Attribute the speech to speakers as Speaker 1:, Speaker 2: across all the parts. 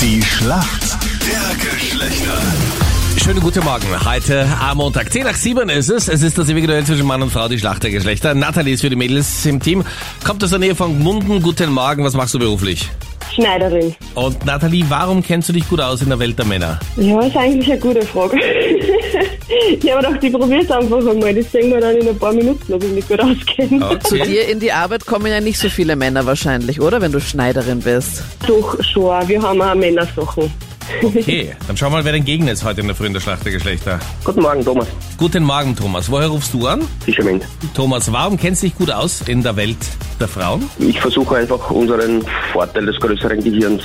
Speaker 1: Die Schlacht der Geschlechter.
Speaker 2: Schönen guten Morgen. Heute am Montag. 10 nach 7 ist es. Es ist das ewige Duell zwischen Mann und Frau, die Schlacht der Geschlechter. Nathalie ist für die Mädels im Team. Kommt aus der Nähe von Gmunden. Guten Morgen. Was machst du beruflich?
Speaker 3: Schneiderin.
Speaker 2: Und Nathalie, warum kennst du dich gut aus in der Welt der Männer?
Speaker 3: Ja, ist eigentlich eine gute Frage. ich habe doch die probiert einfach einmal. Das sehen wir dann in ein paar Minuten, ob ich mich gut auskenne.
Speaker 4: Zu dir in die Arbeit kommen ja nicht so viele Männer wahrscheinlich, oder? Wenn du Schneiderin bist.
Speaker 3: Doch schon, wir haben auch Männersachen.
Speaker 2: Okay, dann schau mal, wer dein Gegner ist heute in der frühen der Schlacht der Geschlechter.
Speaker 5: Guten Morgen, Thomas.
Speaker 2: Guten Morgen, Thomas. Woher rufst du an?
Speaker 5: Fischerwind.
Speaker 2: Thomas, warum kennst du dich gut aus in der Welt der Frauen?
Speaker 5: Ich versuche einfach unseren Vorteil des größeren Gehirns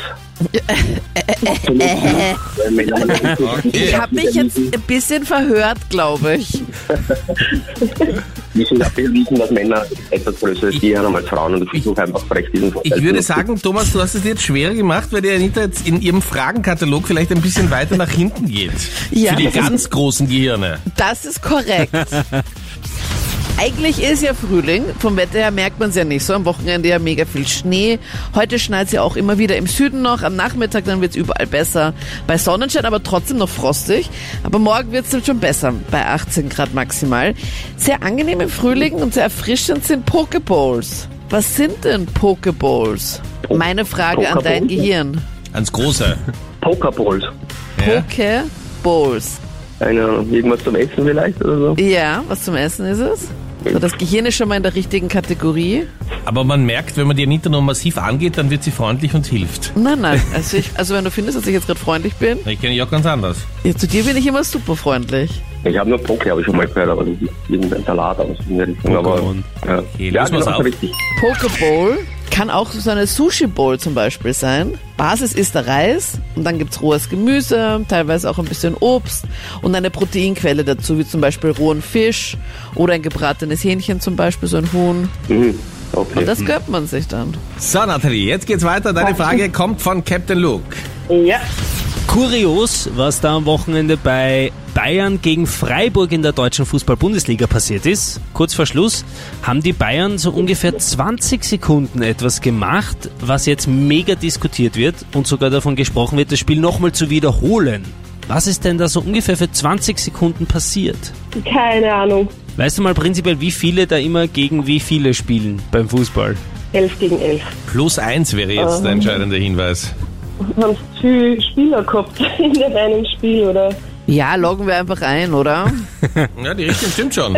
Speaker 5: zu nutzen.
Speaker 4: Ich habe mich jetzt ein bisschen verhört, glaube ich.
Speaker 5: Wir sind abgewiesen, dass Männer etwas größeres Gehirn haben als Frauen und ich versuche einfach vielleicht diesen Vorteil
Speaker 2: Ich würde
Speaker 5: zu nutzen.
Speaker 2: sagen, Thomas, du hast es dir jetzt schwer gemacht, weil die Anita jetzt in ihrem Fragenkatalog vielleicht ein bisschen weiter nach hinten geht.
Speaker 4: Ja.
Speaker 2: Für die ganz großen Gehirne.
Speaker 4: Das ist korrekt. Eigentlich ist ja Frühling, vom Wetter her merkt man es ja nicht so. Am Wochenende ja mega viel Schnee. Heute schneit es ja auch immer wieder im Süden noch. Am Nachmittag dann wird es überall besser. Bei Sonnenschein aber trotzdem noch frostig. Aber morgen wird es dann schon besser, bei 18 Grad maximal. Sehr angenehm im Frühling und sehr erfrischend sind Pokeballs. Was sind denn Pokeballs? Meine Frage an dein
Speaker 5: Pokeballs?
Speaker 4: Gehirn.
Speaker 2: Ans Große.
Speaker 5: Pokerballs.
Speaker 2: Ja.
Speaker 4: Pokeballs.
Speaker 5: Eine, irgendwas zum Essen vielleicht oder so?
Speaker 4: Ja, was zum Essen ist es? So, das Gehirn ist schon mal in der richtigen Kategorie.
Speaker 2: Aber man merkt, wenn man die Anita nur massiv angeht, dann wird sie freundlich und hilft.
Speaker 4: Nein, nein. Also, ich, also wenn du findest, dass ich jetzt gerade freundlich bin,
Speaker 2: Ich kenne dich auch ganz anders.
Speaker 4: ja, zu dir bin ich immer super freundlich.
Speaker 5: Ich habe nur Poker, habe ich schon mal gehört, aber das ist irgendein Salat aus in der Richtung. Aber,
Speaker 2: Pokémon.
Speaker 5: ja,
Speaker 2: Okay,
Speaker 5: ja
Speaker 2: lösen
Speaker 5: genau,
Speaker 2: wir's auf.
Speaker 5: so richtig.
Speaker 4: Pokeball kann auch so eine Sushi Bowl zum Beispiel sein. Basis ist der Reis und dann gibt's rohes Gemüse, teilweise auch ein bisschen Obst und eine Proteinquelle dazu, wie zum Beispiel rohen Fisch oder ein gebratenes Hähnchen zum Beispiel, so ein Huhn.
Speaker 5: Mhm. Okay.
Speaker 4: Und das gönnt man sich dann.
Speaker 2: So, Nathalie, jetzt geht's weiter. Deine Frage kommt von Captain Luke.
Speaker 3: Ja,
Speaker 6: Kurios, was da am Wochenende bei Bayern gegen Freiburg in der deutschen Fußball-Bundesliga passiert ist. Kurz vor Schluss haben die Bayern so ungefähr 20 Sekunden etwas gemacht, was jetzt mega diskutiert wird und sogar davon gesprochen wird, das Spiel nochmal zu wiederholen. Was ist denn da so ungefähr für 20 Sekunden passiert?
Speaker 3: keine Ahnung.
Speaker 6: Weißt du mal prinzipiell, wie viele da immer gegen wie viele spielen beim Fußball?
Speaker 3: Elf gegen elf.
Speaker 2: Plus eins wäre jetzt der entscheidende Hinweis.
Speaker 3: Haben sie viele Spieler gehabt in dem einen Spiel, oder?
Speaker 4: Ja, loggen wir einfach ein, oder?
Speaker 2: Ja, die Richtung stimmt schon.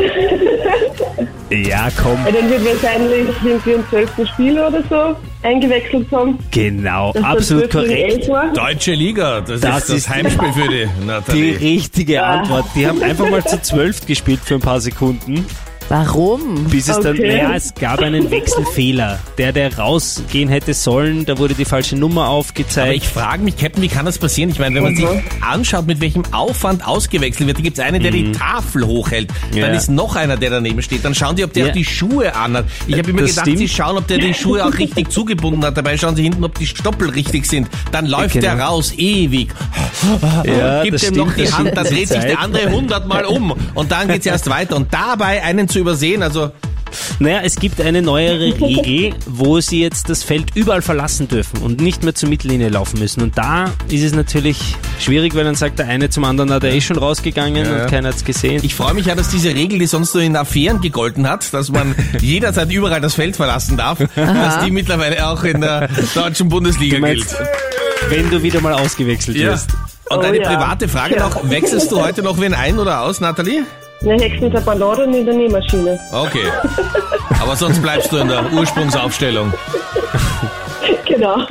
Speaker 6: Ja, komm,
Speaker 3: Ja, dann wird wahrscheinlich irgendwie im zwölften Spiel oder so eingewechselt haben.
Speaker 6: genau,
Speaker 3: dass das
Speaker 6: absolut
Speaker 3: 12 gegen
Speaker 6: korrekt.
Speaker 3: 11 war.
Speaker 2: Deutsche Liga, das,
Speaker 6: Das
Speaker 2: ist das
Speaker 6: ist-
Speaker 2: Heimspiel für die
Speaker 6: Die
Speaker 2: Nathalie.
Speaker 6: richtige Antwort. Die haben einfach mal zu zwölf gespielt für ein paar Sekunden,
Speaker 4: Warum?
Speaker 6: bis es dann,
Speaker 3: Okay.
Speaker 6: ja, es gab einen Wechselfehler. Der, der rausgehen hätte sollen, da wurde die falsche Nummer
Speaker 2: Aber
Speaker 6: aufgezeigt.
Speaker 2: Äh, ich frage mich, Captain, wie kann das passieren? Ich meine, wenn man sich anschaut, mit welchem Aufwand ausgewechselt wird, da gibt es einen, der die Tafel hochhält,
Speaker 6: Mhm. Ja.
Speaker 2: dann ist noch einer, der daneben steht, dann schauen die, ob der
Speaker 6: Ja. Äh,
Speaker 2: auch die Schuhe anhat. Ich habe immer
Speaker 6: Das
Speaker 2: gedacht,
Speaker 6: stimmt.
Speaker 2: sie schauen, ob der die Schuhe auch richtig zugebunden hat, dabei schauen sie hinten, ob die Stoppel richtig sind. Dann läuft
Speaker 6: Genau.
Speaker 2: der raus, ewig. Äh,
Speaker 6: Ja,
Speaker 2: Gibt
Speaker 6: das
Speaker 2: ihm
Speaker 6: stimmt,
Speaker 2: noch die
Speaker 6: das
Speaker 2: Hand,
Speaker 6: stimmt,
Speaker 2: dann
Speaker 6: die
Speaker 2: dreht sich
Speaker 6: Zeit.
Speaker 2: der andere hundertmal um und dann geht's erst weiter. Und dabei einen zu übersehen, also
Speaker 6: Naja, es gibt eine neuere Regel, wo sie jetzt das Feld überall verlassen dürfen und nicht mehr zur Mittellinie laufen müssen. Und da ist es natürlich schwierig, weil dann sagt der eine zum anderen, na, der ist schon rausgegangen
Speaker 2: Ja.
Speaker 6: und keiner hat's gesehen.
Speaker 2: Ich freue mich ja, dass diese Regel, die sonst nur in Affären gegolten hat, dass man jederzeit überall das Feld verlassen darf, dass die mittlerweile auch in der deutschen Bundesliga
Speaker 6: Du meinst,
Speaker 2: gilt.
Speaker 6: wenn du wieder mal ausgewechselt
Speaker 2: Ja.
Speaker 6: wirst.
Speaker 2: Und
Speaker 3: Oh
Speaker 2: eine
Speaker 3: ja.
Speaker 2: private Frage
Speaker 3: Ja.
Speaker 2: noch, wechselst du heute noch wen ein oder aus, Nathalie?
Speaker 3: Na, höchstens ein paar Laden in der Nähmaschine.
Speaker 2: Okay. Aber sonst bleibst du in der Ursprungsaufstellung.
Speaker 3: Genau.